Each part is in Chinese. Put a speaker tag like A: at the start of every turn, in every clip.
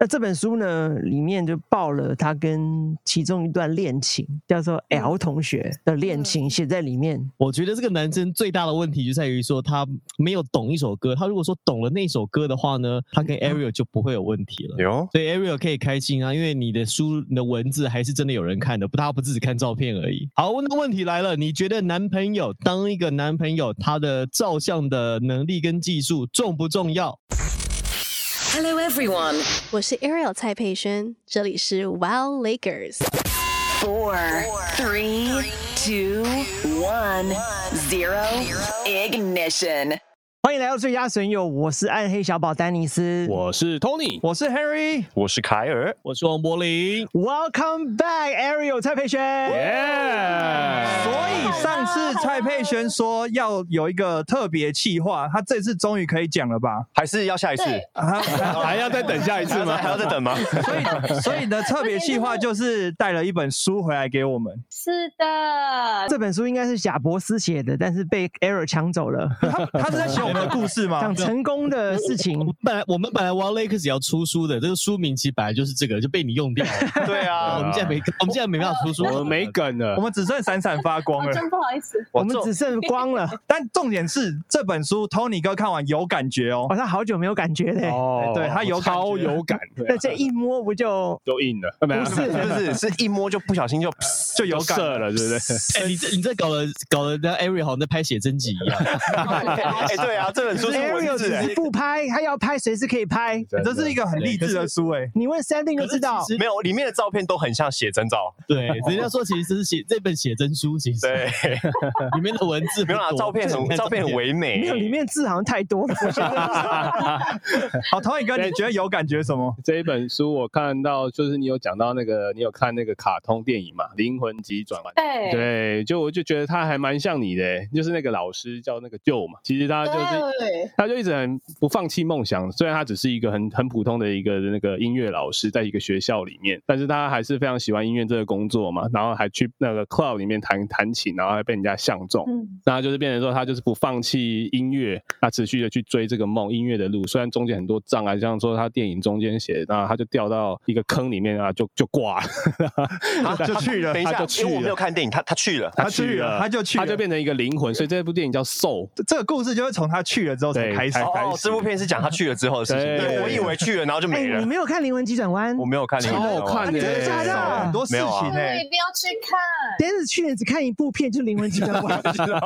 A: 那这本书呢，里面就报了他跟其中一段恋情，叫做 L 同学的恋情，写在里面。
B: 我觉得这个男生最大的问题就在于说他没有懂一首歌。他如果说懂了那首歌的话呢，他跟
C: 嗯
B: Ariel 就不会有问题了。
D: 有
B: 所以 Ariel 可以开心啊，因为你的书、你的文字还是真的有人看的，不，他不只是看照片而已。好，那问题来了，你觉得男朋友当一个男朋友，他的照相的能力跟技术重不重要？
E: Hello everyone.
F: 我是 Ariel 蔡佩轩，这里是 Wild Lakers。
E: Four, three, two, one, zero. Ignition.
A: 欢迎来到最佳损友，我是暗黑小宝丹尼斯，
C: 我是 Tony，
A: 我是 Harry。
D: 我是凯尔，
B: 我是王柏林，
A: Welcome back, Ariel 蔡佩轩。
C: 耶！
G: 所以上次蔡佩轩说要有一个特别企划，他这次终于可以讲了吧？
D: 还是要下一次？
G: 啊啊
C: 还要再等下一次
D: 还要
C: 吗？
D: 再还要再等吗？
G: 所以所以你的特别企划就是带了一本书回来给我们，
H: 是的，
A: 这本书应该是贾伯斯写的，但是被 Ariel 抢走了，
G: 他他是在写我们的故事 吗
A: 讲？成功的事情
B: 我。们本来我们本来 Wild Lakers 也要出书的，这个书名其实本来就是这个，就被你用 掉了。
D: 对
B: 我们
D: 啊
B: 现，在没，我们现在没办法出书，
C: 我没梗
G: 我
C: 了，
G: 们只剩闪闪发光
H: 哦，
G: 了。
H: 真不好意思，
A: 我
D: 我
A: 们
D: 们
A: 只剩光了，
G: 但重点是这本书，Tony 哥看完有感觉哦
A: 好。像好久没有感觉嘞。
C: 哦
G: 对他有感觉
C: 超有感，
A: 那这一摸不就
C: 都硬了，没有
A: 不是
D: 不是是一摸就不小心就
G: 就有感
C: 射了，对不对？
B: 哎、你这你这搞了搞了，那 Ari 好像在拍写真集一 样。
D: 哎，对啊，这本书是文
A: Ariel
D: 字
A: 只
D: 哎
A: 是不拍，他要拍随时可以拍。
C: 真的
G: 这是一个很励志的书哎、
A: 你问 Sandy 就知道
B: 可，是其
D: 没
B: 实
D: 有，里面的照片都很像写真照，
B: 对，人家说其实这是写这本写真书，其实
D: 对，
B: 里面的文字
D: 没有啦，
B: 哎不多
D: 照片
B: 就是你
D: 很
B: 看
D: 照片很唯美，
A: 没有里面字好像太多了。我现在不知道
G: 好，Tony 哥，你觉得有感觉什么？
C: 这一本书我看到，就是你有讲到那个，你有看那个卡通电影嘛，《灵魂急转弯》。
H: 对，
C: 对，就我就觉得他还蛮像你的欸、就是那个老师叫那个 Joe 嘛，其实他就是
H: 对，
C: 他就一直很不放弃梦想，虽然他只是一个很很普通的一个那个音乐老师，在一个学校里面，但是他还是非常喜欢音乐这个工作嘛，然后还去那个 club 里面弹弹琴，然后还被人家相中，
H: 嗯，
C: 那就是变成说他就是不放弃音乐，他持续的去追这个梦音乐的路，虽然中间很多障碍，像说他电影中间写，那他就掉到一个坑里面啊，就 就挂了，
D: 他等一
C: 他
D: 下
C: 就，去
D: 因为我没有
C: 了，
D: 看电影，他他去了，
G: 他去了他就去了
C: 他就变成一个灵魂，所以这部电影叫《Soul
G: 这个故事就是从他去了之后才
C: 对
G: 开始
C: 才。哎开
D: 哦，
C: 始
D: 这部片是讲他去了之后的事情，
C: 对
D: 对我以为去了然后就没
A: 哎，
D: 了
A: 你，没有看《灵魂急转弯》
D: 我？没有看，你
C: 超
D: 知道吗
C: 看的
A: 真的假
G: 少了很
A: 的？
G: 多事
D: 没有啊
G: 情哎、
H: 对，一定要去看，
A: 但是去年只看一部片，就《灵魂急转弯》，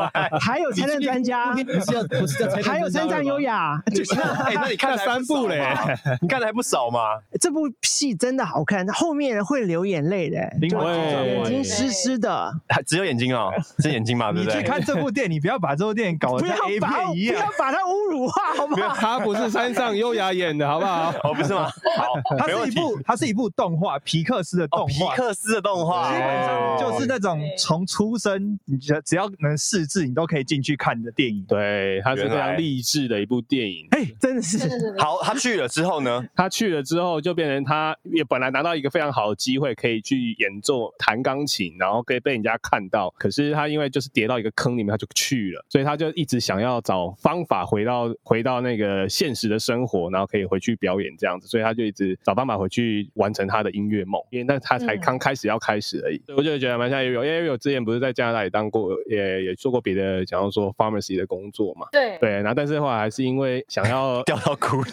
G: 啊欸
A: 还有《拆弹专家
B: 不》，是要不是要拆弹
A: 还有《三战优
B: 吗
A: 雅》。
D: 就是哎，那你看了还不 少嘛， 你看的还不少嘛，
A: 这部戏真的好看，后面会流眼泪的，
G: 灵
A: 就
G: 魂急转
A: 眼
G: 弯
A: 睛湿湿的。
D: 还只有眼睛哦，是眼睛嘛，对
G: 你
D: 不对？
G: 去看这部电影，你不要把这部电影搞
A: 不
G: 得
A: 要
G: 哦像 A
A: 把我
G: 片
A: 不
G: 一样
A: 要。把它侮辱化，好不好？
C: 他不是山上优雅演的，好不 好？
D: 哦，不是 吗？好，
G: 它
D: 没问
G: 是一
D: 题
G: 部，它是一部动画，皮克斯的
D: 哦
G: 动
D: 皮
G: 画，
D: 克斯的动画，哦
G: 基本上
C: 哦
G: 就是那种从出生，你只只要能识字，你都可以进去看的电影。
C: 对，他是非常励志的一部电影。
A: 哎，真的是
H: 真的真的，
D: 好，他去了之后呢？
C: 他去了之后，就变成他也本来拿到一个非常好的机会，可以去演奏弹钢琴，然后可以被人家看到。可是他因为就是跌到一个坑里面，他就去了，所以他就一直想要找方法回到回到那个现实的生活，然后可以回去表演这样子。所以他就一直找方法回去完成他的音乐梦，因为那他才刚开始要开始而已。所以我就觉得蛮像 Ariel，因为 Ariel 之前不是在加拿大也当过，也也做过别的，假如说 pharmacy 的工作嘛。
H: 对，
C: 对，然后但是后来还是因为想要
D: 掉到谷底，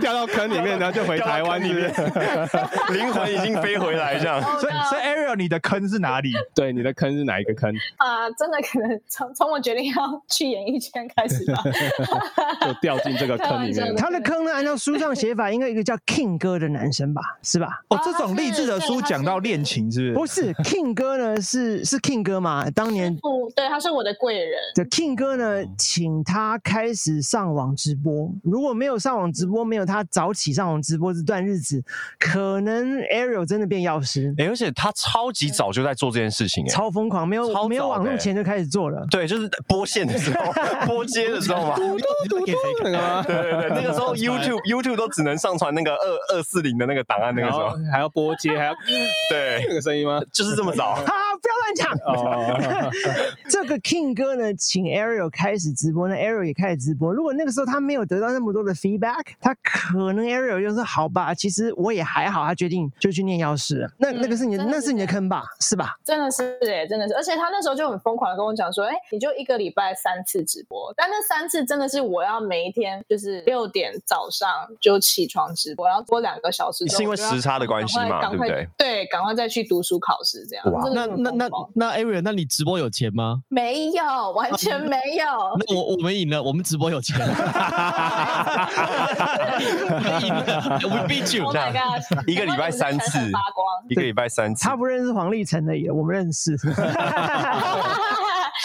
C: 掉到啊坑里面，然后就回台湾里面。
D: 灵魂已经飞回来，这 样。
H: 哦
G: 所以，所以 Ariel，你的坑是哪里？
C: 对，你的坑是哪一个坑？
H: 啊、真的可能从从我决定要去演艺圈开始 吧，
C: 就掉进这个坑
H: 开
C: 里
H: 玩笑
C: 面。
A: 他的坑呢，按照书上写法，应该有一个叫 King 哥的男生吧，是吧？
G: 哦
H: 啊，
G: 这种励志的书
H: 它是
G: 讲到恋情是不
A: 不
G: 是？
A: 是 King 哥呢，是是 King 哥嘛？当年
H: 不，对，他是我的贵人，
A: 的 King 哥呢，
D: 哦
A: 请他开始上网直播。如果没有上网直播，没有他早起上网直播这段日子，可能 Ariel 真的变药师，
D: 哎、而且他超级早就在做这件事情、哎，
A: 超疯狂，没有
D: 超早的欸
A: 没有网络前就开始做了。
D: 对，就是播线的时候， 播接的时候嘛。
C: 那个
B: 啊
C: 吗？
D: 对对对，那个时候 YouTube YouTube 都只能上传那个二二四零的那个档案，那个
C: 然
D: 时
C: 后
D: 候，
C: 还要拨接，还要
D: 对，
C: 那个声音吗？
D: 就是这么早。
A: 啊！不要乱乱讲。
C: 哦，
A: 这个 King 哥呢，请 Ariel 开始直播，那 Ariel 也开始直播。如果那个时候他没有得到那么多的 feedback，他可能 Ariel 就说好吧，其实我也还好，他决定就去念药师了。那那个是你的，
H: 嗯真的
A: 那
H: 是
A: 是你的坑吧，是吧？
H: 真的是耶，真的是，而且他那时候就很疯狂的跟我讲说，哎、你就一个礼拜三次直播，但那三次真的是我要每一天就是六点早上就起床直播，然后播两个小时之后，
D: 是因为时差的关系嘛
H: 我就要赶快
D: 对
H: 赶快对，赶快再去读书考试这样。
D: 哇
H: 真的
B: 那
H: 是很
B: 那那
H: 疯狂
B: 那 Ariel，那你直播有钱吗？
H: 没有，完全没有。
B: 那我我们赢了，我们直 播有钱。 我们赢了，We beat you
H: Oh。my god！
D: 一个礼拜三次
H: 我全身发光。
D: 一个礼拜三次
A: 他，不认识黄立成的也，我们认 识。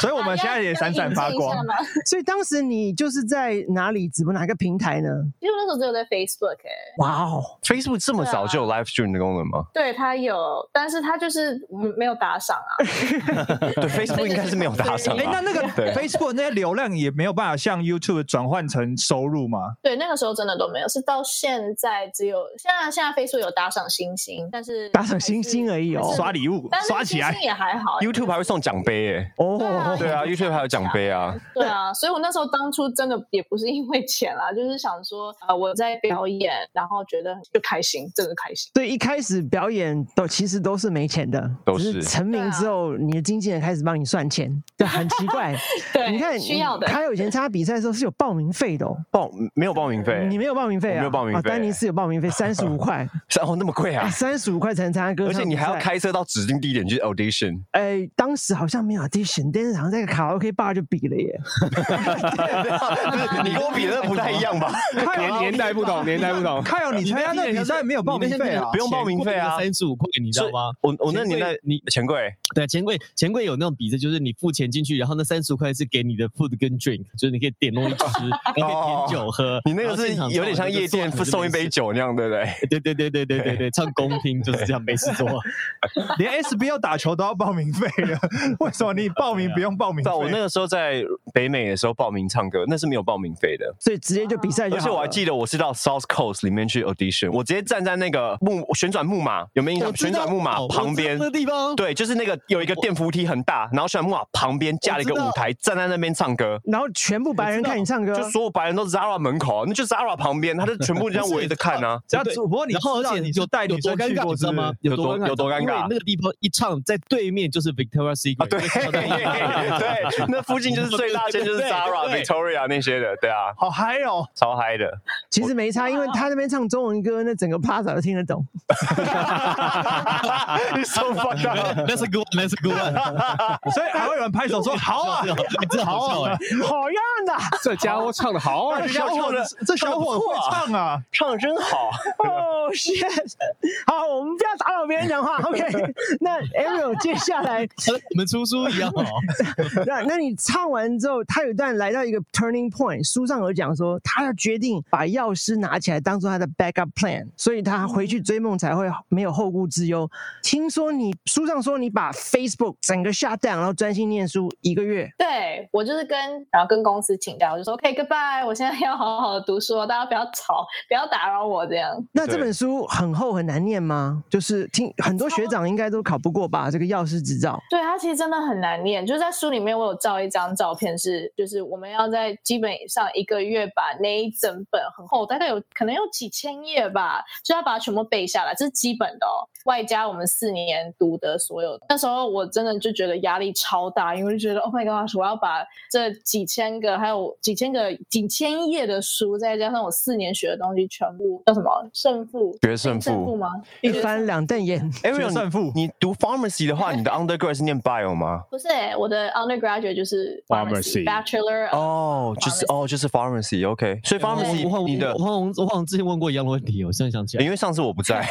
G: 所以我们现在也闪闪发光
H: 啊大家要引进一下吗
A: 所以当时你就是在哪里直播，哪个平台呢？
H: 其实我那时候只有在 Facebook 哎、
A: 哇哦，
D: Facebook 这么早就有 live stream 的功能吗？
H: 对他有，但是他就是没有打赏啊。
D: 对，Facebook 应该是没有打赏吧。啊
G: 哎，那那个
D: 对
G: Facebook 那些流量也没有办法像 YouTube 转换成收入吗？
H: 对，那个时候真的都没有，是到现在只有现在现在飞速有打赏星星，但是
A: 打赏星星而已哦
H: 还是
G: 刷礼物
H: 但是
G: 刷起来
H: 星星也还好、欸
D: YouTube 还会送奖杯耶、
A: 哦，
D: 对啊，YouTube 还有奖杯啊，
H: 对啊，所以我那时候当初真的也不是因为钱啦，就是想说啊、呃我在表演，然后觉得就开心，真的开心。
A: 所以一开始表演都其实都是没钱的，
D: 都
A: 只
D: 是
A: 成名之后，
H: 啊
A: 你的经纪人开始帮你算 钱，对，很奇怪。
H: 对，
A: 你看，
H: 需要的。
A: 他有以前参加比赛的时候是有报名费的哦，
D: 报没有报名费，
A: 你没有报名费
D: 我
A: 啊？
D: 没有报名
A: 啊
D: 费
A: 丹尼斯有报 名费，三十五块，
D: 哦那么贵啊
A: 啊，，三十五块才能参加歌
D: 而
A: 唱
D: 且你还要
A: 比赛。
D: 开车到指定地点去 audition，
A: 哎，当时好像没有 audition，但是好像在卡拉 OK bar 就比了耶。
D: 就是你跟我比的不太一样吧？
C: 年年代不同，年代不同。
G: 看哦，你参加那个比赛没有报名费啊
D: 不？用报名费啊
B: 三十五块，你知道吗？
D: 我我那年
B: 钱
D: 代
B: 柜你
D: 钱柜
B: 对，钱柜钱柜有那种比赛，就是你付钱进去，然后那三十五块是给你的 food 跟 drink，就是你可以点东西吃，然后可以点酒喝。
D: 你那
B: 然
D: 个
B: 后
D: 是
B: 现场
D: 有点像夜
B: 唱
D: 店
B: 完就
D: 送一杯。酒那样，对不
B: 对
D: 对？
B: 对对对对对对，唱公听就是这样，没事做。
G: 连 SBL 打球都要报名费啊了， 为什么你报名不用报名
D: 对
G: 费？
D: 啊，我那个时候在北美的时候报名唱歌，那是没有报名费的。
A: 所以直接就比赛就
D: 而
A: 好
D: 且
A: 了。
D: 我还记得我是到 South Coast 里面去 audition，我直接站在那个木旋转木马，有没有印
B: 我
D: 象？
B: 知
D: 旋
B: 道
D: 转木马
B: 我知道
D: 旁边
B: 这个地方，
D: 对，就是那个有一个电扶梯很大，然后旋转木马旁边架了一个
B: 我知道
D: 舞台，站在那边唱歌。
A: 然后全部白人看你唱歌，
D: 就所有白人都 Zara 门口、啊，那就 Zara 旁边，他就全 部这样围着看啊。
G: 只要
B: 对
G: 主播你
B: 然后
G: 知道
B: 而且
G: 你
B: 有
G: 是带
B: 有
G: 女
B: 多
G: 生
B: 尴
G: 去
B: 尬，
G: 过
B: 你
G: 是
B: 知道
G: 不是
B: 吗？
D: 有
B: 多
D: 多
B: 尴尬，
D: 有多尴
B: 因为
D: 尬
B: 那个地方一唱，在对面就是 Victoria Secret
D: 啊， 对，那附近就是最大间就是 Zara、
B: 对对
D: Victoria 那些的，对啊，
G: 好嗨哦！
D: 超嗨 的。
A: 其实没差，因为他那边唱中文歌，那整个 plaza 都听得懂。
D: It's so fucked up
B: That's a good one. That's a good one.
G: 所以还会有人拍手 说好啊，
B: 这好
C: 啊
B: 笑哎！
A: 好样的！啊
C: 这家伙唱的好
G: 哇
C: 啊
G: 这！小伙子这小伙子会唱啊！
D: 唱的真好。
A: 哦、shit！好， 我们不要打扰别人讲 话。OK，那 Ariel 接下 来，
B: 我们出书一样 哦。
A: 那那你唱完之后，他有一段来到一个 turning point，书上有讲说，他要决定把药师拿起来当做他的 backup plan，所以他回去追梦才会没有后顾之忧。听说你书上说你把 Facebook 整个 shut down，然后专心念书一个月。
H: 对我就是跟然后跟公司请假，我就说 OK goodbye，我现在要好好的读书哦，大家不要吵，不要打扰我这样。
A: 那这本书很厚很难念吗？就是听很多学长应该都考不过吧，这个药师执照。
H: 对，它其实真的很难念。就是在书里面，我有照一张照片是，就是我们要在基本上一个月把那一整本很厚，大概有可能有几千页吧，就要把它全部背下来，这是基本的哦。外加我们四年读的所有，那时候我真的就觉得压力超大，因为就觉得 Oh my gosh，我要把这几千个还有几千个几千页的书，再加上我四年学的东西，全部叫什么胜负？
D: 决胜
H: 胜负
D: 负
H: 吗？
A: 一翻两瞪眼，
G: 决胜负
D: 你读 pharmacy 的话，你的 undergrad 是念 bio 吗？
H: 不是、欸，我的 undergraduate 就是
C: Pharmacy
H: bachelor of
D: 哦，就是哦，就是 pharmacy，OK。所以
B: 我好
D: pharmacy 你的
B: 我，好我好像之前问过一样的问题，我现在想起来
D: 因。为上次我 不在，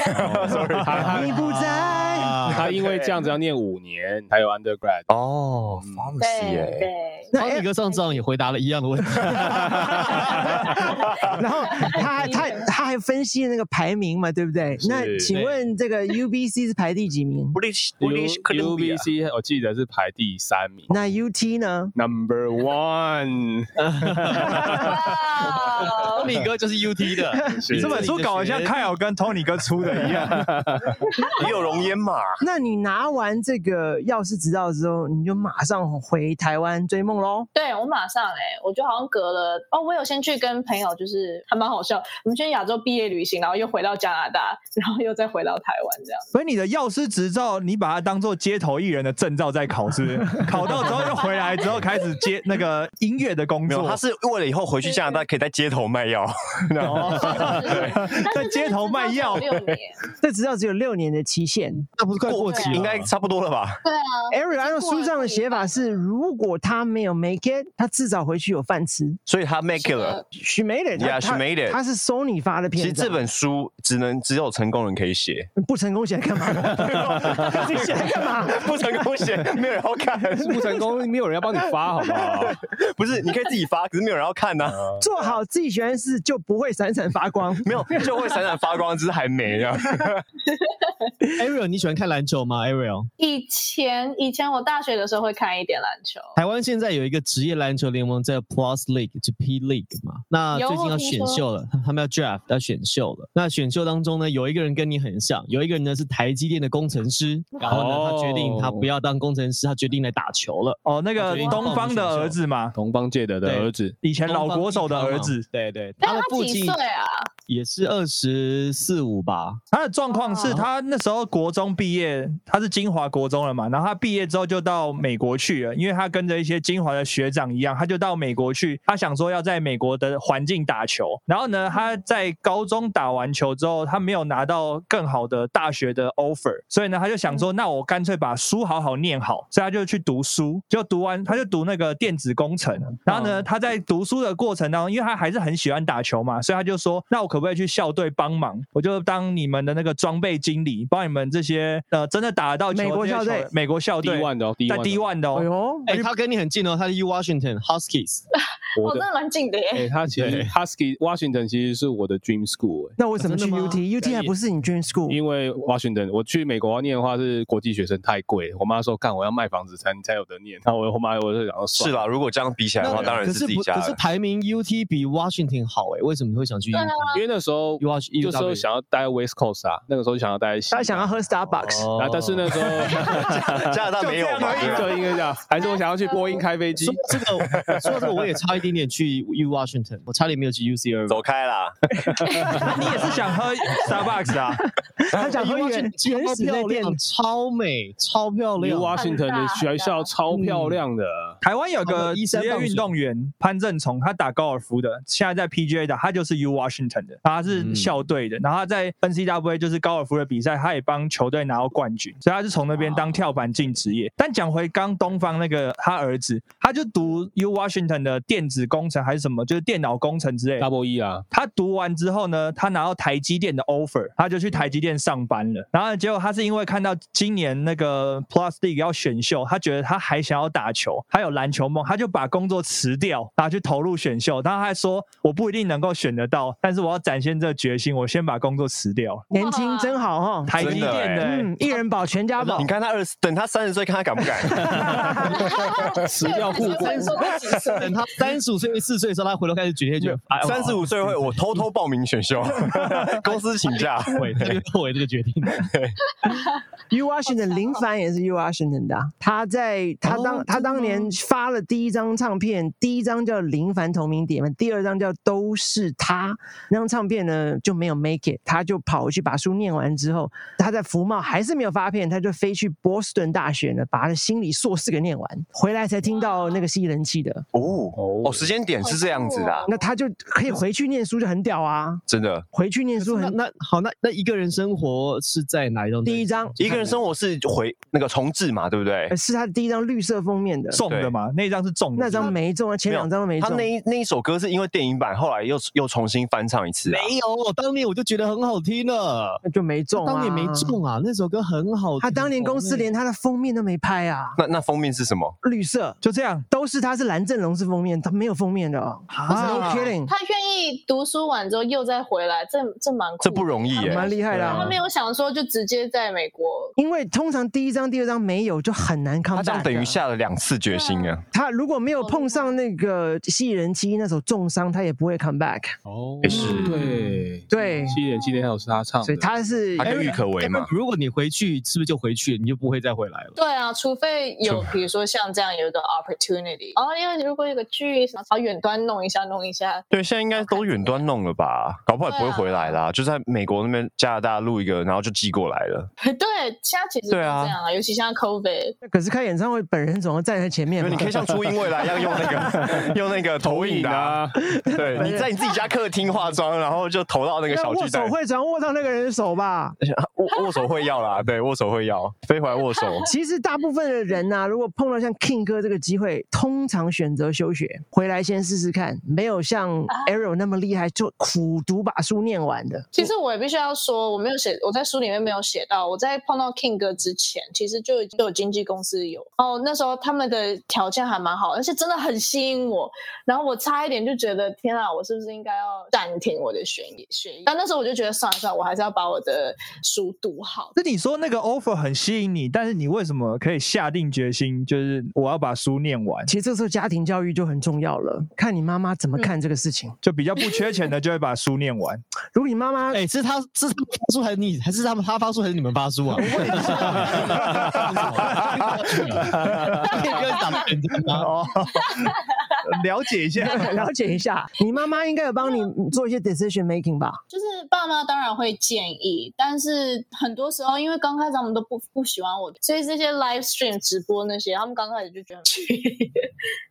C: 他
A: 你
C: 他
A: 不在。
B: 啊
C: 啊他因为这样子要念五年，还有 undergrad。
D: 哦，pharmacy
H: 对
D: 耶，
H: 对，
A: 那
B: 超体
A: A-
B: 哥 上次好像也回答了一样的问题，
A: 然后他还他还他还才分析的那个排名嘛，对不对？
C: 是
A: 那请问这个 UBC 是排第几名？
D: British British
C: U B
D: Columbia
C: C 我记得是排第三名
A: 那 UT 呢？
C: ，Number One。
H: 哇
B: 托尼哥就是 UT 的，
C: 是
G: 这本书搞得像凯尔跟托尼哥出的一样。
D: 也有熔岩马，
A: 那你拿完这个药师执照之后，你就马上回台湾追梦喽。
H: 对我马上哎、我就好像隔了哦，我有先去跟朋友，就是还蛮好笑，我们去亚洲毕业旅行，然后又回到加拿大，然后又再回到台湾这样。
G: 所以你的药师执照，你把它当做街头艺人的证照在考， 是不是？考到之后又回来之后开始接那个音乐的工
D: 没有，
G: 作
D: 他，是为了以后回去加拿大可以在街头卖药，然后
B: 哦
G: 在街头卖药。
H: 六年，
A: 这执照只有六年的期限。
B: 那不是快过期了
D: 应该差不多了吧？
A: Eric 按照书上的写法是，如果他没有 make it，他至少回去有饭吃。
D: 所以他 make it 了。
A: She made it，他
D: Yeah, she made it
A: 他是 Sony 发的
D: 其
A: 片
D: 实
A: 子。啊
D: 这本书只能只有成功人可 以写，
A: 不成功写来干嘛？你写来干嘛？
D: 不成功写没有人要看，
C: 不成功，没有人要帮你发，好不好？
D: 不是你可以自己发，可是没有人要看啊呐、
B: 嗯
A: 做好自己喜欢的事就不会闪闪发光。
D: 没有就会闪闪发光，只是还没这样。
B: Ariel，你喜欢看篮球吗？Ariel，
H: 以前以前我大学的时候会看一点篮球，
B: 台湾现在有一个职业篮球联盟叫 Plus League，就 P League 嘛。那最近要选秀了，他们要 draft 要选秀了。那选秀当中呢，有一个人跟你很像，有一个人呢是台积电的工程师，
H: 哦
B: 然后呢，他决定他不要当工程师，他决定来打球了。
G: 哦，那个东方的儿子嘛，
C: 同方界的的
B: 对
C: 儿子，
G: 以前老国手的儿子，
B: 对对，
H: 但
B: 的
H: 他
B: 父
H: 几
B: 亲
H: 岁啊？
B: 也是二十四五吧，
G: 他的状况是他那时候国中毕业，他是金华国中了嘛，然后他毕业之后就到美国去了，因为他跟着一些金华的学长一样，他就到美国去，他想说要在美国的环境打球，然后呢，他在高中打完球之后，他没有拿到更好的大学的 offer，所以呢，他就想说，那我干脆把书好好念好，所以他就去读书，就读完他就读那个电子工程，然后呢，他在读书的过程当中，因为他还是很喜欢打球嘛，所以他就说，那我可不可以去校队帮忙？我就当你们的那个装备经理，帮你们这些呃真的打得到球
A: 美国
G: 这些
A: 校队
G: 球员美国校
C: 第
G: 队
C: 一万的哦，第一
G: 在
C: 万，
G: D
C: 万，
G: one 的
A: 哎
G: 哦。
A: 呦，
B: 哎、他跟你很近哦，他是 U Washington Huskies。
H: 我
C: 我
H: 真
C: 的。
H: 的哦蛮近的
C: 哎、
H: 耶。
C: 他其实
B: 对
C: Husky Washington 其实是我的 dream school，、哎，
A: 那为什么
B: 啊
A: 去
B: 真的吗
A: UT？UT 还不是你 dream school？
C: 因为 Washington 我去美国念的话是国际学生太贵，我妈说干我要卖房子才才有得念，那我我妈我就想说算
D: 是
C: 了，
D: 啦，如果这样比起来的话，
B: 那
D: 当然
B: 可
D: 是自己
B: 不
D: 家
B: 可是
D: 了。
B: 排名 UT 比 Washington 好哎、为什么你会想去 UT？
C: 因为那时候
B: U H
C: 就时候想要待在 West Coast 啊，那个时候就想要待在西
A: 他想要喝 Starbucks，
B: 哦
H: 啊
C: 然后啊但是那时候
D: 加拿大没有嘛？
G: 就这样
D: 对吧
C: 就应该这样，还是我想要去波音开飞机
B: 说，这个，说到这个我也差一点点去 U Washington，我差点没有去 U C R。
D: 走开啦！
G: 那你也是想喝 Starbucks 啊？
A: 他想喝
B: 哎 U
A: 原
B: Washington
A: 原始
B: 超
A: 那
B: 漂
A: 店
B: 亮，超美，超漂
C: U
B: 亮。
C: Washington 的学校超漂亮的，
G: 台湾有个
B: 一
G: 职
B: 山
G: 业
B: 棒
G: 运
B: 水
G: 动员潘正崇，他打高尔夫的，现在在 PGA 的，他就是 U Washington 的，他
B: 嗯
G: 是校队的，然后他在 NCAA 就是高尔夫的比赛，他也帮球队拿到冠军，所以他是从那边当跳板进职业。但讲回刚东方那个他儿子，他就读 U Washington 的电子工程还是什么，就是电脑工程之类的。
C: Double E 啊，
G: 他读完之后呢，他拿到台积电的 offer，他就去台积电上班了。然后结果他是因为看到今年那个 Plus League 要选秀，他觉得他还想要打球，他有篮球梦，他就把工作辞掉，然后去投入选秀。然后他还说：“我不一定能够选得到，但是我要展现这个决心，我先把工作辞掉。
A: 年轻真好哈”。
G: 台积
D: 真的
G: 电的、
D: 欸
A: 嗯，一人保全家保
D: 你。看他二十，等他三十岁，看他敢不敢。
C: 辞掉护工
H: 我说他几 岁
B: 等他三十五岁、四岁的时候，他回头开始决定就
D: 三十五岁会，我偷偷报名选秀，公司请假。
B: 岁，他 就后悔这个决定。
A: U Washington 林凡也是 U Washington 的啊，他在他当、他当年发了第一张唱片，第一张叫林凡同名碟嘛，第二张叫都是他。那张唱片呢就没有 make it，他就跑回去把书念完之后，他在福茂还是没有发片，他就飞去波士顿大学呢，把他的心理硕士给念完，回来才听到那个吸人气的，
D: 哦哦，时间点是这样子的
A: 哦
D: 啊，
A: 那他就可以回去念书就很屌啊，
D: 真的。
A: 回去念书
B: 那
A: 很。
B: 那好，那那一个人生生活是在哪一张专辑？
A: 第一张
D: 一个人生活是回那个重置嘛，对不对
A: 呃？是他第一张绿色封面的，
G: 重的嘛，那张是重的，
A: 那张没中啊，前两张都没
D: 他
A: 中。
D: 那一那一首歌是因为电影版，后来又又重新翻唱一次啊。
B: 没有，当年我就觉得很好听了。
A: 那就没中、啊，
B: 当年没。中啊，那首歌很好听。哦
A: 他当年公司连他的封面都没拍啊，
D: 那那封面是什么？
A: 绿色
G: 就这样
A: 都是他是蓝正龙是封面，他没有封面的哦。No
G: 啊。
A: kidding，
H: 他愿意读书完之后又再回来，这这蛮酷的
D: 这不容易耶、
A: 蛮厉害的
H: 他
A: 啊、
H: 没有想说就直接在美国，
A: 因为通常第一张、第二张没有就很难
D: 他
A: come
D: 这
A: back 的。
D: 样等于下了两次决心啊。
A: 他如果没有碰上那个吸人期那首重伤，他也不会 come back。
B: 哦
D: 也是
C: 嗯对
A: 对
C: 七点七点还是他唱的，
A: 所以他是
D: 他可郁可唯嘛。
B: 如果你回去，是不是就回去，你就不会再回来了？
H: 对啊，除非有比如说像这样有一个 opportunity，哦，因为如果有个剧，想朝远端弄一下弄一下，
D: 对，现在应该都远端弄了吧？搞不好也不会回来啦，就在美国那边加拿大录一个，然后就寄过来了。
H: 对，现在其实都这
D: 对啊
H: 样啊，尤其像 COVID，
A: 可是开演唱会，本人总要站在前面
D: 因
A: 嘛。
D: 为你可以像初音未来一样用那个用那个投影的啊、
C: 啊，
D: 对，你在你自己家客厅化妆，然后就投到那个
A: 那
D: 小
A: 握
D: 巨蛋
A: 手。会转握到那个人的手吧。
D: 握握手会要啦，对，握手会要，飞回来握手。
A: 其实大部分的人呐、如果碰到像 King 哥这个机会，通常选择休学，回来先试试看，没有像
H: 啊
A: Arrow 那么厉害，就苦读把书念完的。
H: 其实我也必须要说，我没有写，我在书里面没有写到，我在碰到 King 哥之前，其实就已经有经纪公司有哦，那时候他们的条件还蛮好，而且真的很吸引我，然后我差一点就觉得天啊，我是不是应该要暂停我的学业学业？但那时候我就觉得算了算了，我还是要把我的书读好。
G: 那你说那个 offer 很吸引你，但是你为什么可以下定决心，就是我要把书念完？
A: 其实这时候家庭教育就很重要了，看你妈妈
H: 嗯
A: 怎么看这个事情。
G: 就比较不缺钱的，就会把书念完。
A: 如果你妈妈
B: 哎、是他是他发书还是你还是他们他发书还是你们发书啊？ 可以跟咱们简单 吗？
G: 哦，了解一下。
A: 了解一下，你妈妈应该有帮
H: 嗯
A: 你做一些 decision making 吧？
H: 就是爸妈当然会建议，但是很多时候因为刚开始他们都不不喜欢我，所以这些 live stream 直播那些，他们刚开始就觉得很趣。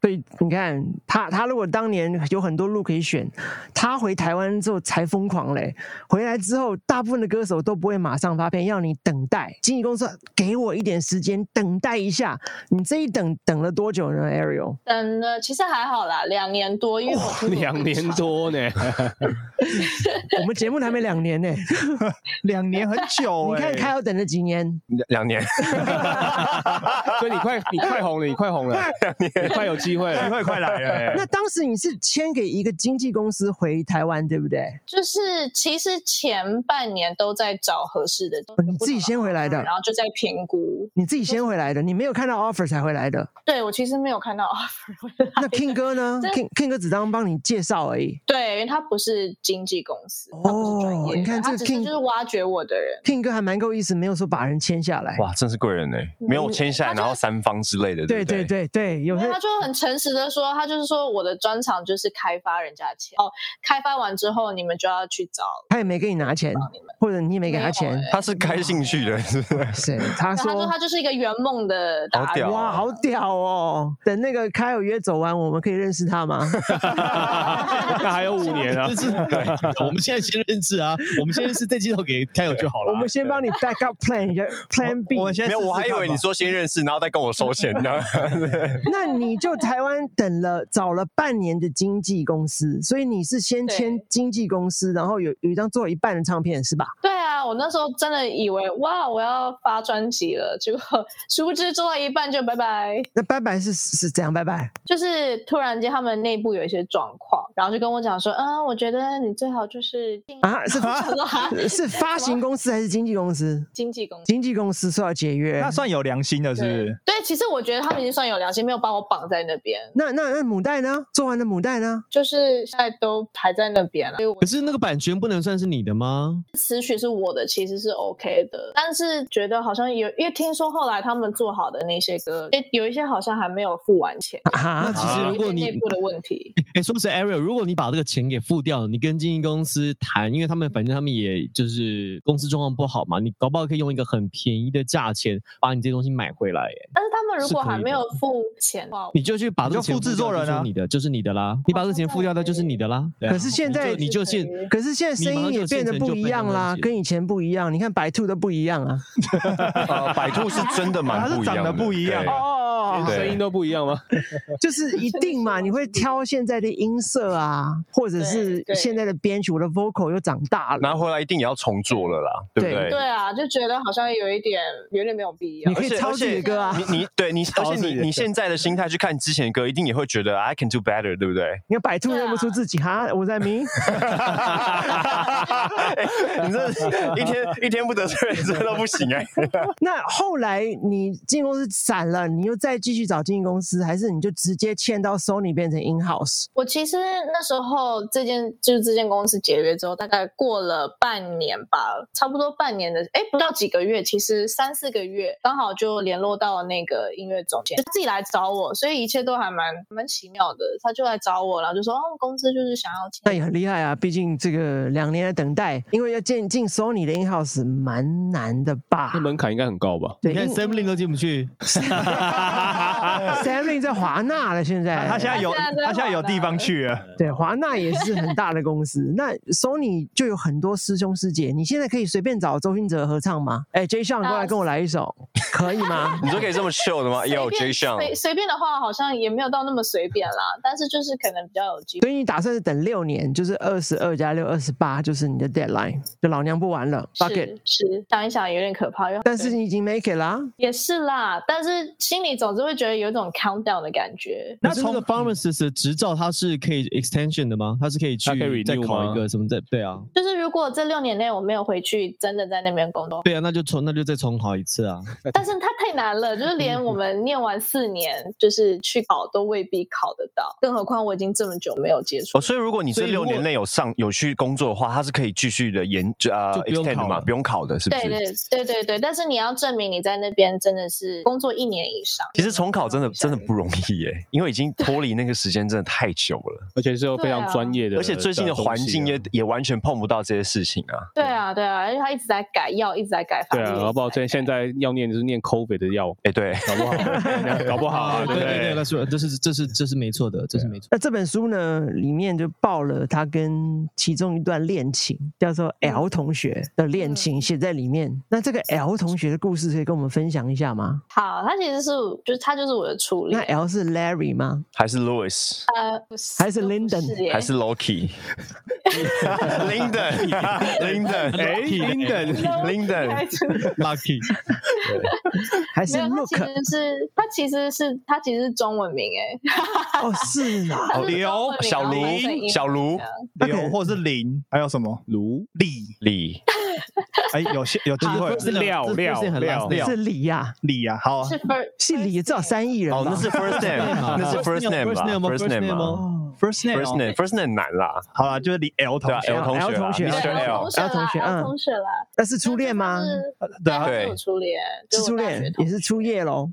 A: 所以你看，他他如果当年有很多路可以选，他回台湾之后才疯狂嘞。回来之后，大部分的歌手都不会马上发片，要你等待。经纪公司说给我一点时间，等待一下。你这一等等了多久呢，Ariel？
H: 等了其实还好啦，两年多，因为我听过
C: 两年多呢，
A: 我们节目还没两年呢，
G: 两年很久、
A: 你
G: 欸，
A: 看开要等了几年？
D: 两两年，
C: 所以你快你快红了，你快红了，你快有机会了，
G: 机会快来了欸
A: 那当时你是签给一个经纪公司回台湾，对不对？
H: 就是其实前半年都在找合适的，
A: 哦你自己先回来的
H: 然后就在评估。
A: 你自己先回来的，你没有看到 offer 才回来的。
H: 对我其实没有看到 offer 回来
A: 那 King 哥呢
H: 真
A: ？King King 哥只当帮你介绍而已。
H: 对，因为他不是经纪公司，他不是专业
A: 哦
H: 的，
A: 你看这
H: 他
A: 个
H: 只是
A: King-
H: 就是挖掘我的人。
A: King 哥还蛮够意思，没有说把人签下来。
D: 哇，真是贵人呢、没有签下来，然后三方之类的，
A: 对
D: 不对
A: 对对对，有
H: 因
A: 些
H: 为他就很诚实的说，他就是说我的专长就是开发人家的钱哦，开发完之后你们就要去找
A: 他也没给你拿钱，
H: 你们。
A: 或者你也没给
H: 没
A: 他
H: 有哎
A: 钱。
D: 他是开兴趣的，是不是？
A: 是，他
H: 他说
A: 说
H: 他就是一个圆梦的答
D: 好
H: 案，
D: 屌
A: 哇，好屌哦！等那个开有约走完，我们可以认识他 吗？
C: 那还有五年啊
B: 这，是对，我们现在先认识啊，我们现在是这介绍给开友就好了
A: 我
B: 啊。
A: 们先帮你 back up plan 一下 plan B。
G: 我先
D: 没有，我还以为你说先认识，然后再跟我收钱呢。
A: 那你就台湾等了找了半年的经纪公司，所以你是先签
H: 对
A: 经纪公司，然后有有一张做一半的唱片是吧？
H: 对啊，我那时候真的以为哇，我要发专辑了，结果殊不知做到一半就拜拜，
A: 那拜拜是是怎样拜拜？
H: 就是突然间他们内部有一些状况，然后就跟我讲说，嗯，我觉得你最好就是
A: 啊是
H: 然后 我想说啊
A: 是发行公司还是经纪公司？
H: 经纪公司。
A: 经纪公司说要解约
G: 那，算有良心的，是不
H: 对
G: 是？
H: 对，其实我觉得他们已经算有良心，没有把我绑在那边，
A: 那那那母带呢？做完的母带呢？
H: 就是现在都还在那边啊了。所以我
B: 可是那个版权不能算是你的吗？
H: 词曲是我的，其实是 OK 的，但是觉得好像有，因为听说后来他们做好的那些歌，诶有一些好像还没有付完钱。
A: 啊
B: 那，其实如果
H: 业
B: 你
H: 内部的问 题，
B: 哎、说实 Ariel，如果你把这个钱给付掉，你跟经纪公司谈，因为他们反正他们也就是公司状况不好嘛，你搞不好可以用一个很便宜的价钱把你这些东西买回来。哎，
H: 但是他们如
B: 是
H: 果
B: 可以
H: 还没
B: 的
H: 有付钱的话，
B: 你就去把这个
G: 你就
B: 钱
G: 付制作
B: 掉
G: 人啊
B: 就是你的就是你的啦，你把这个钱付掉，那就是你的啦。对啊
A: 可是现
B: 你就
A: 在
B: 你就现
A: 可是现在声
B: 你马
A: 音
B: 上就
A: 也变得
B: 现成
A: 不
B: 就
A: 一
B: 被他
A: 样
B: 们
A: 啦，
B: 解
A: 跟以前不一样。你看白兔都不一样啊，
D: 呃，百度是真的蛮不一样
G: 它是长得不一样
D: 对
A: 哦，
D: 对
C: 声音都不一样吗？
A: 就是一定嘛，你会挑现在的音色啊，或者是
H: 对对
A: 现在的编曲，我的 vocal 又长大了。
D: 拿回来一定也要重做了啦，对不
A: 对
D: 对？
H: 对啊，就觉得好像有一点有点没有必要
A: 你。可以
D: 而且
A: 抄自己的歌啊，
D: 你你对你，而
C: 超
D: 且
C: 市
D: 你
C: 也
D: 你现在的心态去看之前的歌，一定也会觉得 I can do better，对不对？
A: 你看白兔认不出
H: 对啊
A: 自己哈，我在迷。
D: 哎你这一天一天不得罪人，真的不行哎、
A: 那后来你经纪公司散了，你又再继续找经纪公司，还是你就直接签到 Sony 变成 in house？
H: 我其实那时候这间就是这间公司解约之后，大概过了半年吧，差不多半年的，哎，不到几个月，其实三四个月，刚好就联络到那个音乐总监，他自己来找我，所以一切都还蛮蛮奇妙的。他就来找我，然后就说，哦，公司就是想要
A: 那
H: 签。
A: 也很厉害啊，毕竟这个两年的等待，因为要进进 Sony 的 in house 蛮难的吧
C: 那？门槛应该很高吧？
A: 对
B: 你看 s a m l i n 都进不去，
A: ，Samlin 在华纳了，现在
G: 他现在有
H: 他现在在
G: 他现在有地方去了。
A: 对，华纳也是很大的公司。那 Sony 就有很多师兄师姐，你现在可以随便找周兴哲合唱吗？哎，J 项过来跟我来一 首，可以吗
D: 呃？你说可以这么秀的吗？
H: 随
D: 有 J
H: 便
D: 项，
H: 随随便的话，好像也没有到那么随便啦，但是就是可能比较有机会。
A: 所以你打算是等六年，就是二十二加六二十八，就是你的 deadline，就老娘不玩了，bucket。
H: 是是，想一想有点可怕，因为
A: 但是你已经 make it 啦，
H: 也是啦，但是心里总是会觉得有一种 countdown 的感觉。
B: 那从 pharmacist 的执照它是可以 extension 的吗？它是可以去
C: 它可以
B: 再
C: renew
B: 考一
C: 吗
B: 个什么再对啊？
H: 就是如果这六年内我没有回去，真的在那边工作，
B: 对啊，那就重那就再重考一次啊。
H: 但是它太难了，就是连
D: 嗯
H: 我们念完四年，就是去考都未必考得到，更何况我已经这么久没有接触
D: 哦，。所以如果你这
B: 所以如
D: 六
B: 果
D: 年内有上有去工作的话，它是可以继续的延就呃
B: 就不用
D: extend 的
B: 考
D: 嘛，
B: 了
D: 不用考的，是不
H: 对对
D: 是？
H: 对对对，但是你要证明你在那边真的是工作一年以上。
D: 其实重考真的真的不容易耶，因为已经脱离那个时间真的太久了，
C: 而且是有非
H: 对
C: 常
H: 啊
C: 专业的，
D: 而且最近的环境也
C: 东西啊
D: 也完全碰不到这些事情啊。
H: 对啊对啊，而且他一直在改药，一直在改法
C: 对
H: 律。
C: 啊，搞不好现现在要念就是念 COVID 的药，
D: 哎，对，
C: 搞不好搞不好啊，对不
B: 对对对，
C: 对？
B: 那是这是这是这是没错的，这是没错。
A: 那这本书呢，里面就爆了他跟其中一段恋情，叫做
H: 嗯
A: L 同学的恋情写在里面。那这个 L 同学的故事可以跟我们分享一下吗？
H: 好，他其实是就是他就是我的初
A: 那
H: 恋。
A: L 是 Larry 吗？
D: 还是 Louis，
H: 呃，不是
A: 还是
H: 都不
A: Lyndon
H: 耶
D: 还是 Loki，Linden，Linden，
C: 哎
D: ，Linden，Linden，
B: Lucky，
A: 还是
H: 没有，他其
A: Look？
H: 实是他其实是他其实是中文名哎，
A: 哦，是 啊，
H: 他是中文名
D: 小
H: 然后翻成英
D: 卢，
H: 文
D: 小卢
H: 这，样
G: 刘或是林，还有什么
C: 卢
G: 李？
D: 李，
G: 哎，有些有机会
B: 这是
C: 料
B: 这是
C: 料
B: 这是很
C: 料
B: last
H: 啊
C: 料
A: 是李呀、
G: 李呀，好啊
H: 是 first
A: 是李，至少三亿人吧。
D: 哦，那是 first name，
B: 嘛
D: 那是 first name 吧
B: first name 哦 first
D: ，first name
B: name
D: 吗
B: 哦
A: 哦，
G: ，first name，
D: ？first
G: 哦
D: name，first name 难啦，
G: 好了，就是李 L 同
D: 对啊
G: 学
D: ，L
G: 啊，
D: 同学
A: ，L
H: 对
A: 同学
D: 啦 Mr.
A: 对
D: L，
A: L 同
H: 啦，
A: 学嗯
H: L 同学啦，
A: 那是初恋吗？
G: 对啊，
H: 对，
D: 对
H: 是我初恋，
A: 是
H: 就
A: 初
H: 我大
A: 恋
H: 学，
A: 也
H: 同
A: 是初 夜喽。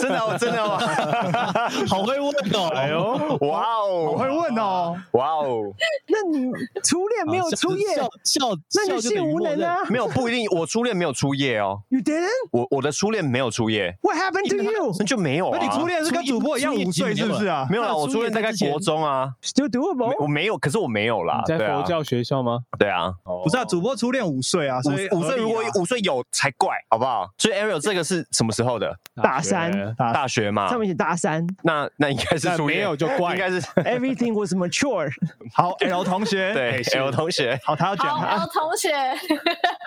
D: 真的哦，真 的哦，
B: 好会问哦！哎呦，
D: 哇哦，
G: 我会问哦。
D: 哇哦，
A: 那你初恋没有初夜，
B: 哦笑笑，
A: 那你
B: 笑就
A: 性
B: 等于
A: 无
B: 默
A: 能
B: 认
A: 啊
D: 没有不一定，我初恋没有初夜哦，
A: ！You didn't?
D: 我我的初恋没有初夜，
A: What happened to you?
D: 那就没有
G: 那
D: 啊。
G: 你初恋是跟主播一样五岁是不是啊？
D: 没有啦，
B: 那
D: 我初恋大概
B: 初夜在之前
D: 国中啊，
A: Still
G: 哦
D: 没
A: doable？
D: 我没有，可是我没有啦
C: 你，在
D: 对啊
C: 佛，教学校吗？
D: 对啊，
G: 不是啊，主播初恋五岁啊，所以
D: 五五岁
G: 合理啊
D: 如果五岁有才怪，好不好？所以 Ariel 这个是什么时候的？
A: 大三
G: 啊
D: 大学嘛
A: 上，面写大 三
D: 那那应该是
C: 那
D: 初恋，
C: 没有就怪
D: 应 该是
A: ，Everything was mature。
G: 好 L 同学，
D: 对 L 同学
G: 好，他要
H: 学。
G: 讲
H: 好
G: 啊，
H: ，L 哦同学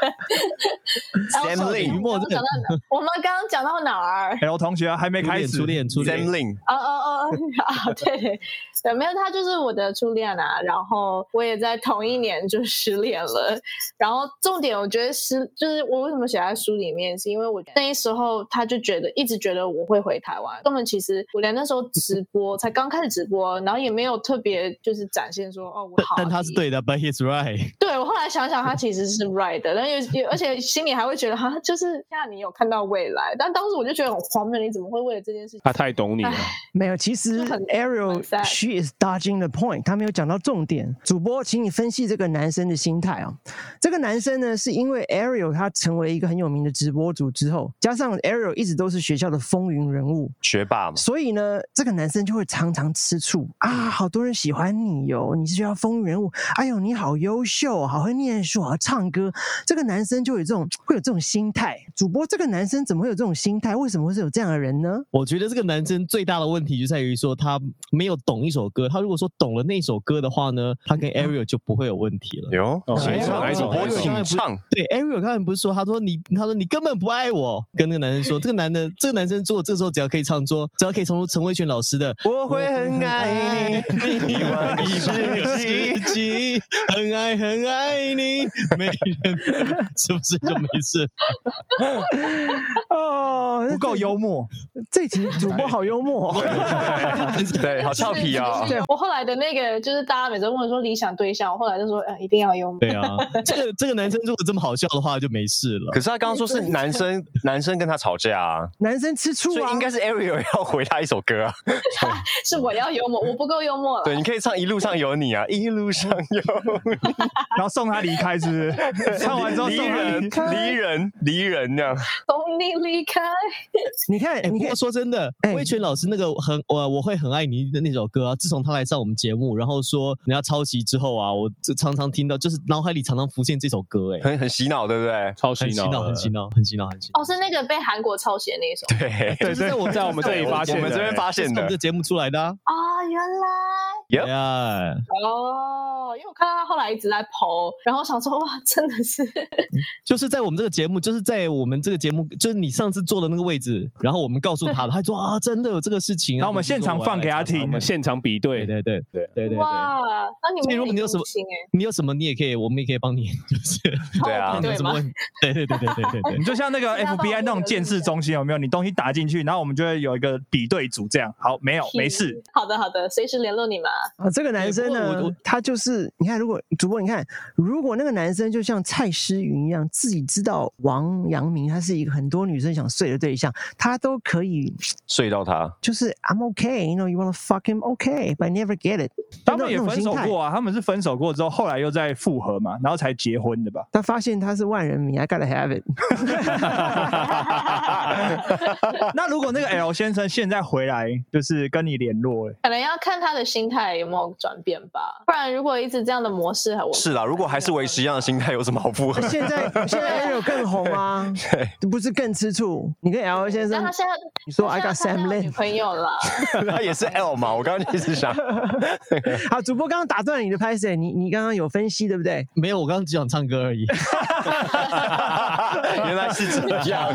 D: Sam Lin
H: 我们刚刚讲到哪？我们刚刚讲到哪儿？
G: L 同学啊还没开始，
B: 初恋初恋初
D: ，Sam
B: 恋，
D: Lin，
H: 哦哦哦 对对对，没有，他就是我的初恋啊。然后我也在同一年就失恋了。然后重点，我觉得失就是我为什么写在书里面，是因为我那时候他就觉得一直觉得我会回台湾，根本其实我连那时候直播才刚开始直播，然后也没有特别就是展现说哦我
B: 但
H: 好，
B: 但他是对的，But he's right。
H: 对我后来想想，他其实是 right 的，但有有，而且心里还会觉得哈，就是像你有看到未来，但当时我就觉得很荒谬，你怎么会为了这件事情？
C: 他太懂你了。
A: 没有，其实
H: 就很
A: Ariel
H: 很 sad
A: she is dodging the point，他没有讲到重点。主播，请你分析这个男生的心态哦。这个男生呢，是因为 Ariel 他成为一个很有名的直播主之后，加上 Ariel 一直都是学校的风云人物，
D: 学霸嘛，
A: 所以呢，这个男生就会常常吃醋啊，好多人喜欢你哟、你是学校风云人物，哎呦，你好优秀，好会念书，好会唱歌。这个男生就有这种会有这种心态。主播，这个男生怎么会有这种心态？为什么会是有这样的人呢？
B: 我觉得这个男生最大的问题就在于说他没有懂一首歌。他如果说懂了那首歌的话呢，他跟
A: 嗯
B: Ariel 就不会有问题了。
D: 有
C: 哦
B: 哎
D: 主
B: 呦
D: 播
B: 哎呦
D: 主播 请唱，
B: 对，Ariel 刚才不是说，他说你，他说你根本不爱我，跟那个男生说，这个男的，这个男生做，这时候只要可以唱作，只要可以重复陈慧娴老师的
A: 我会很爱你。
B: 你，一万 一世纪，很爱很爱你，没人 是不是就没事？
A: 哦，
G: 不够幽默，
A: 这题主
G: 哎
A: 播好幽默、
D: 对，好俏皮啊
H: 就是！就是我后来的那个，就是大家每次问我说理想对象，我后来就说，呃，一定要幽默。
B: 对啊，这个这个男生如果这么好笑的话就没事了
D: 可。是他刚刚说是男生，男生跟他吵架啊，
A: 男生吃醋
D: 所以
A: 啊，
D: 应该是 Ariel 要回他一首歌啊。
H: 是我要幽默，我不够幽默了。
D: 对，你可以唱《一路上有你》啊，《一路上有你
G: 然 后送他离开，是不是？唱完之后
D: 离
G: 送他
D: 人
G: 离开，
D: 离人离人这样。
H: 从你离开，
A: 你看，
B: 哎，不
A: 你看
B: 过。说真的
A: 哎，
B: 魏全老师那个很我我会很爱你的那首歌啊，自从他来上我们节目，然后说人家抄袭之后啊，我就常常听到，就是脑海里常常浮现这首歌，哎，
D: 很很洗脑，对不对？
C: 超
B: 很洗脑，
C: 脑，
B: 很洗。脑，很洗脑，很洗脑。
H: 哦，是那个被韩国抄袭那一首
D: 对，
G: 对
B: 就是
G: 对
B: 在，我
C: 在我们这里发现
D: 我
C: 的，
D: 们这边发
B: 就是
D: 现
B: 我们
D: 的
B: 这。节目出来的啊，
H: 啊、原来
B: 哎呀，
H: 哦，因为我看到他后来一直在剖，然后想说，哇，真的是，
B: 就是在我们这个节目，就是在我们这个节目，就是你上次坐的那个位置，然后我们告诉 他的，他说啊，真的有这个事情啊。
G: 然后我们现场放给他听
C: 我们现场比对
B: 对对对对对对。
H: 哇，那你
B: 所以
H: 们
B: 如果你有什么
H: 心哎、，
B: 你有什么你也可以，我们也可以帮你， 就是
D: 对啊
B: 看你有什么
H: 对
B: 问题。 对对对对对对对
G: 你。就像那个
H: 是要帮
G: FBI 那
H: 我
G: 种
H: 们
G: 建设中心有没有？你东西打进去，然后我们就会有一个比对组，这样好没有没事。。
H: 好的好的，随时联络你们啊。
A: 啊，这个男生
B: 哎不过我
A: 呢
B: 我，
A: 他就是你看，如果主播你看，如果那个男生就像蔡诗芸一样，自己知道王阳明他是一个很多女生想睡的对象，他都可以
D: 睡到 他，
A: 就是 I'm okay, you know, you wanna fuck him, okay, but I never get it
G: 他
A: 那种。
G: 们也分手
A: 那种心
G: 过
A: 态。
G: 啊，他们是分手过之后，后来又再复合嘛，然后才结婚的吧？
A: 他发现他是万人迷，I gotta have it。
G: 那如果那个 L 先生现在回来，就是跟你联络、欸，
H: 可能要看他的心态有没有转变吧，不然如果一直这样的模式，我
D: 是啦。如果还是维持一样的心态，有什么好复合？
A: 现在现在 Ariel 更红 啊，不是更吃醋？你跟 L 先
H: 但
A: 生
H: 他现在
A: 你说
H: 他
A: I
H: 现在
A: got
H: 他
A: Sam
H: 现在有女
A: Lin
H: 朋友啦，
D: 他也是 L 嘛，我刚刚一直想，
A: 好，主播刚刚打断你的拍摄，你你刚刚有分析对不对？
B: 没有，我刚刚只想唱歌而已，
D: 原来是这样。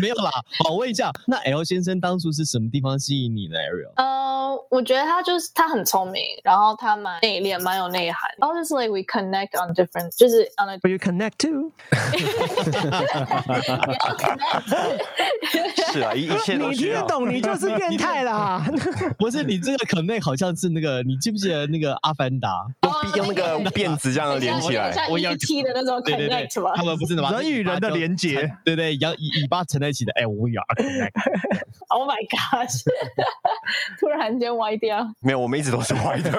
B: 没有啦。好，我问一下，那 L 先生当初是什么地方吸引你的 Ariel？
H: 呃，我觉得他就是他很聪明，然后他蛮内敛，蛮有内涵。然后就是 like we connect on different，就是 on a
A: But you connect to？
H: 不要 connect，
D: 是啊，一一切都
A: 你
D: 需
A: 听得
D: 要。
A: 懂，你就是变态啦。
B: 不是你这个可内好像是那个，你记不记得那个《阿凡达
D: 用臂 用那个辫子这样连起来，
H: 像
B: 我要
H: ET 的那种》？
B: 对对对
H: connect 吧，。
B: 他们不是把
G: 人与人的连结，
B: 对对，羊尾巴缠在一起的。哎，We are connected。
H: Oh my gosh！突然间歪掉，
D: 没有，我们一直都是歪 的。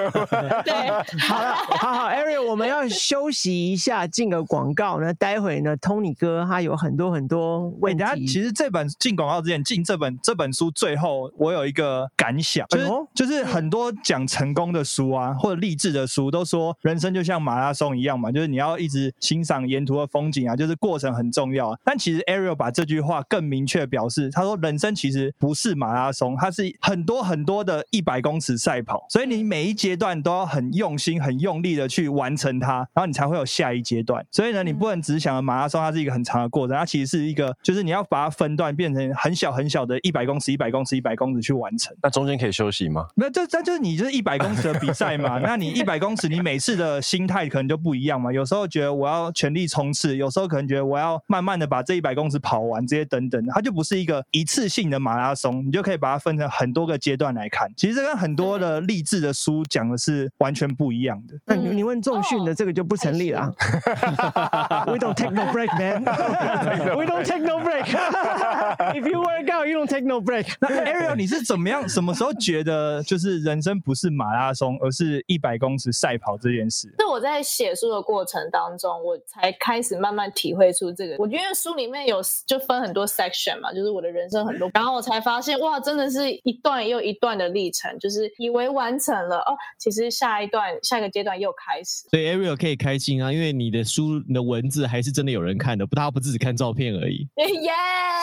H: 对，
A: 好了，好好，Ariel，我们要休息一下，进个广告呢。待会呢，Tony 哥他有很多很多
G: 喂，
A: 问
G: 哎等下，
A: 题。
G: 其实这本进广告之前，进这本这本书最后，我有一个感想，就是、
A: 哎呦
G: 就是很多讲成功的书啊，或者励志的书，都说人生就像马拉松一样嘛，就是你要一直欣赏沿沿途的风景啊，就是过程很重要啊。但其实 Ariel 把这句话更明确表示，他说人生其实不是马拉松，它是很多很多的一百公尺赛跑，所以你每一阶段都要很用心、很用力的去完成它，然后你才会有下一阶段。所以呢，你不能只想马拉松，它是一个很长的过程，它其实是一个，就是你要把它分段变成很小很小的一百公尺、一百公尺、一百公尺去完成。
D: 那中间可以休息吗？
G: 没有，这这就是你就是一百公尺的比赛嘛。那你一百公尺，你每次的心态可能就不一样嘛。有时候觉得我要全力冲刺，有时候可能觉得我要慢慢的把这一百公尺跑完，这些等等的，它就不是一个一次性的马拉松，你就可以把它分成很多个阶段来看。其实这跟很多的励志的书讲的是完全不一样的。
A: 那你你问重训的这个就不成立了 啊。We don't take no break, man. We don't take no break. If you work out, you don't take no break.
G: 那 Ariel，你是怎么样？什么时候觉得就是人生不是马拉松，而是一百公尺赛跑这件事？
H: 是我在写书的过程当中，我才开始慢慢体会出这个。我因为书里面有就分很多 section 嘛，就是我的人生很多，然后我才发现哇，真的是一段又一段的历程，就是以为完成了哦，其实下一段下一个阶段又开始。
B: 所以 Ariel 可以开心啊，因为你的书你的文字还是真的有人看的，不，他不只是看照片而已。
H: 耶、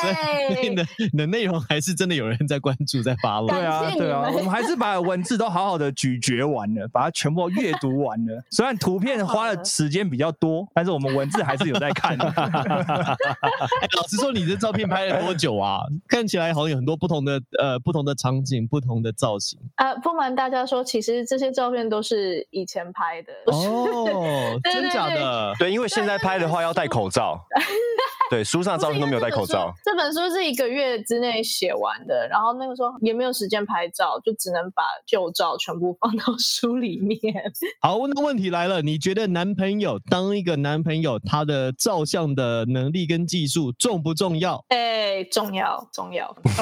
B: 所以 你的你的内容还是真的有人在关注，在发
H: 感
B: 了。
G: 对啊
H: 谢，你
G: 对啊，
H: 们
G: 我们还是把文字都好好的咀嚼完了，把它全部阅读完了。虽然图片花的时间比较 多，但是我们文字还是有在看的。
B: 哎，老实说，你这照片拍了多久啊？看起来好像有很多不同的呃不同的场景、不同的造型。
H: 啊！不瞒大家说，其实这些照片都是以前拍的，不是
B: 哦，
H: 对对
B: 真假的？
D: 对，因为现在拍的话要戴口罩。对，书上的照片都没有戴口罩。
H: 这本书是一个月之内写完的，然后那个时候也没有时间拍照，就只能把旧照全部放到书里面。
B: 好，那问题来了，你觉得男朋友当一个男朋友，他的照相的能力跟技术重不重要？
H: 哎，重要重要。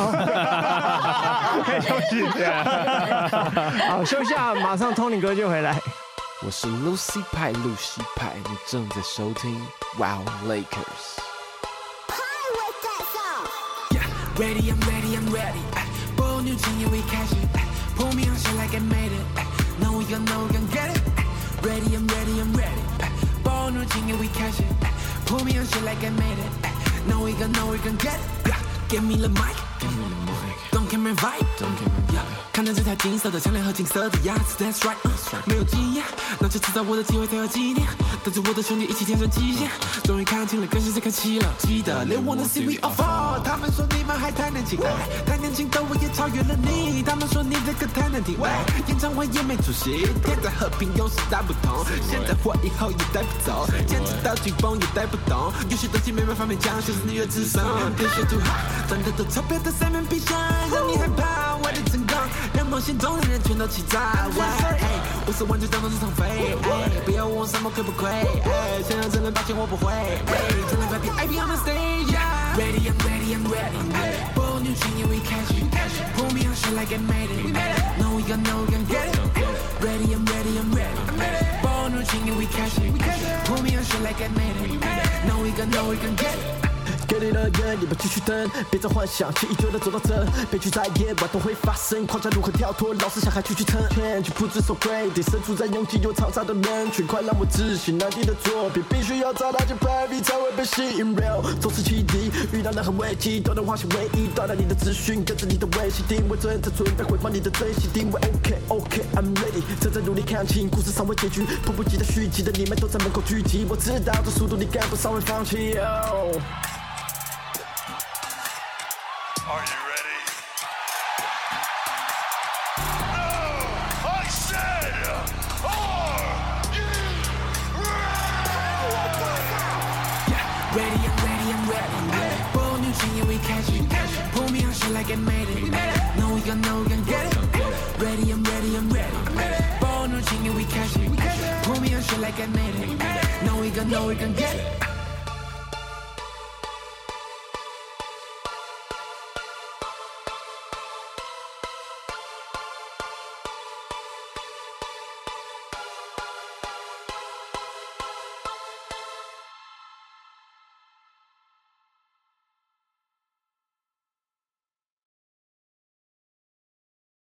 G: 可以休息一下。
A: 好，休息啊，马上 Tony 哥就回来。
I: 我是 Lucy 派，露西派，你正在收听 Wow Lakers。
J: Ready, I'm ready, I'm ready. Born new genius, we catch it. Pull me on shit like I made it. No, we gon' know we gon' get it. Ready, I'm ready, I'm ready. Born new genius, we catch it. Pull me on shit like I made it. No, we gon' know we gon' get it. Give me the mic. Give me the mic. Don't camera vibe. Don't camera vibe. 看着这台金色的项链和金色的鸭子，That's right，、没有经验，那就制造我的机会才有纪念。带着我的兄弟一起天上极限，终于看清了，跟上这颗棋了。记得 they wanna see we are fall，他们说你们还太年轻，哎太年轻的我也超越了你。他们说你这个太难听，喂，演唱会也没出席，天在和平有时大不同，现在或以后也带不走，坚持到紧绷也带不懂，有些东西没办法勉强，就是你的智商。别学 too high，赚得多钞票的三面必上，让你害怕我的成功，让梦心中的人全都起炸。喂，哎我是完全当作是场飞，哎不要问我什么亏不亏，哎想要真人抱歉我不会，哎真人 happy I be on the stage。Ready, I'm ready, I'm ready. Born new genius, we catch it. Pull me on shit like I made it. No, we gon' know we gon' get it. Ready, I'm ready, I'm ready. Born new genius, we catch it. Pull me on shit like I made it. No, we gon' know we gon' get it.
I: Get it again，你们继续等，别再幻想，轻易就能走到这，别去在意晚都会发生，框架如何跳脱，老是想还去去撑，骗去不知所谓，得身处在拥挤又嘈杂的人群，快让我窒息，难听的作品必须要找到去 baby 才会被吸引，real 总是启迪，遇到任何危机都能化险为夷，到达你的资讯，跟着你的微信定位，正在准备回放你的真心定位，OK OK，I'm ready，正在努力看清故事尚未结局，迫不及待续集的你们都在门口聚集，我知道这速度你赶不上会放弃。哦
J: Are you ready? No! I said, are you ready? Ready, I'm ready, I'm ready. Born new genius, we catch it. Pull me on shit like I made it. No, we gon' know we gon' get it. Ready, I'm ready, I'm ready. Born new genius, we catch it. Pull me on shit like I made it. No, we gon' know we gon' get it.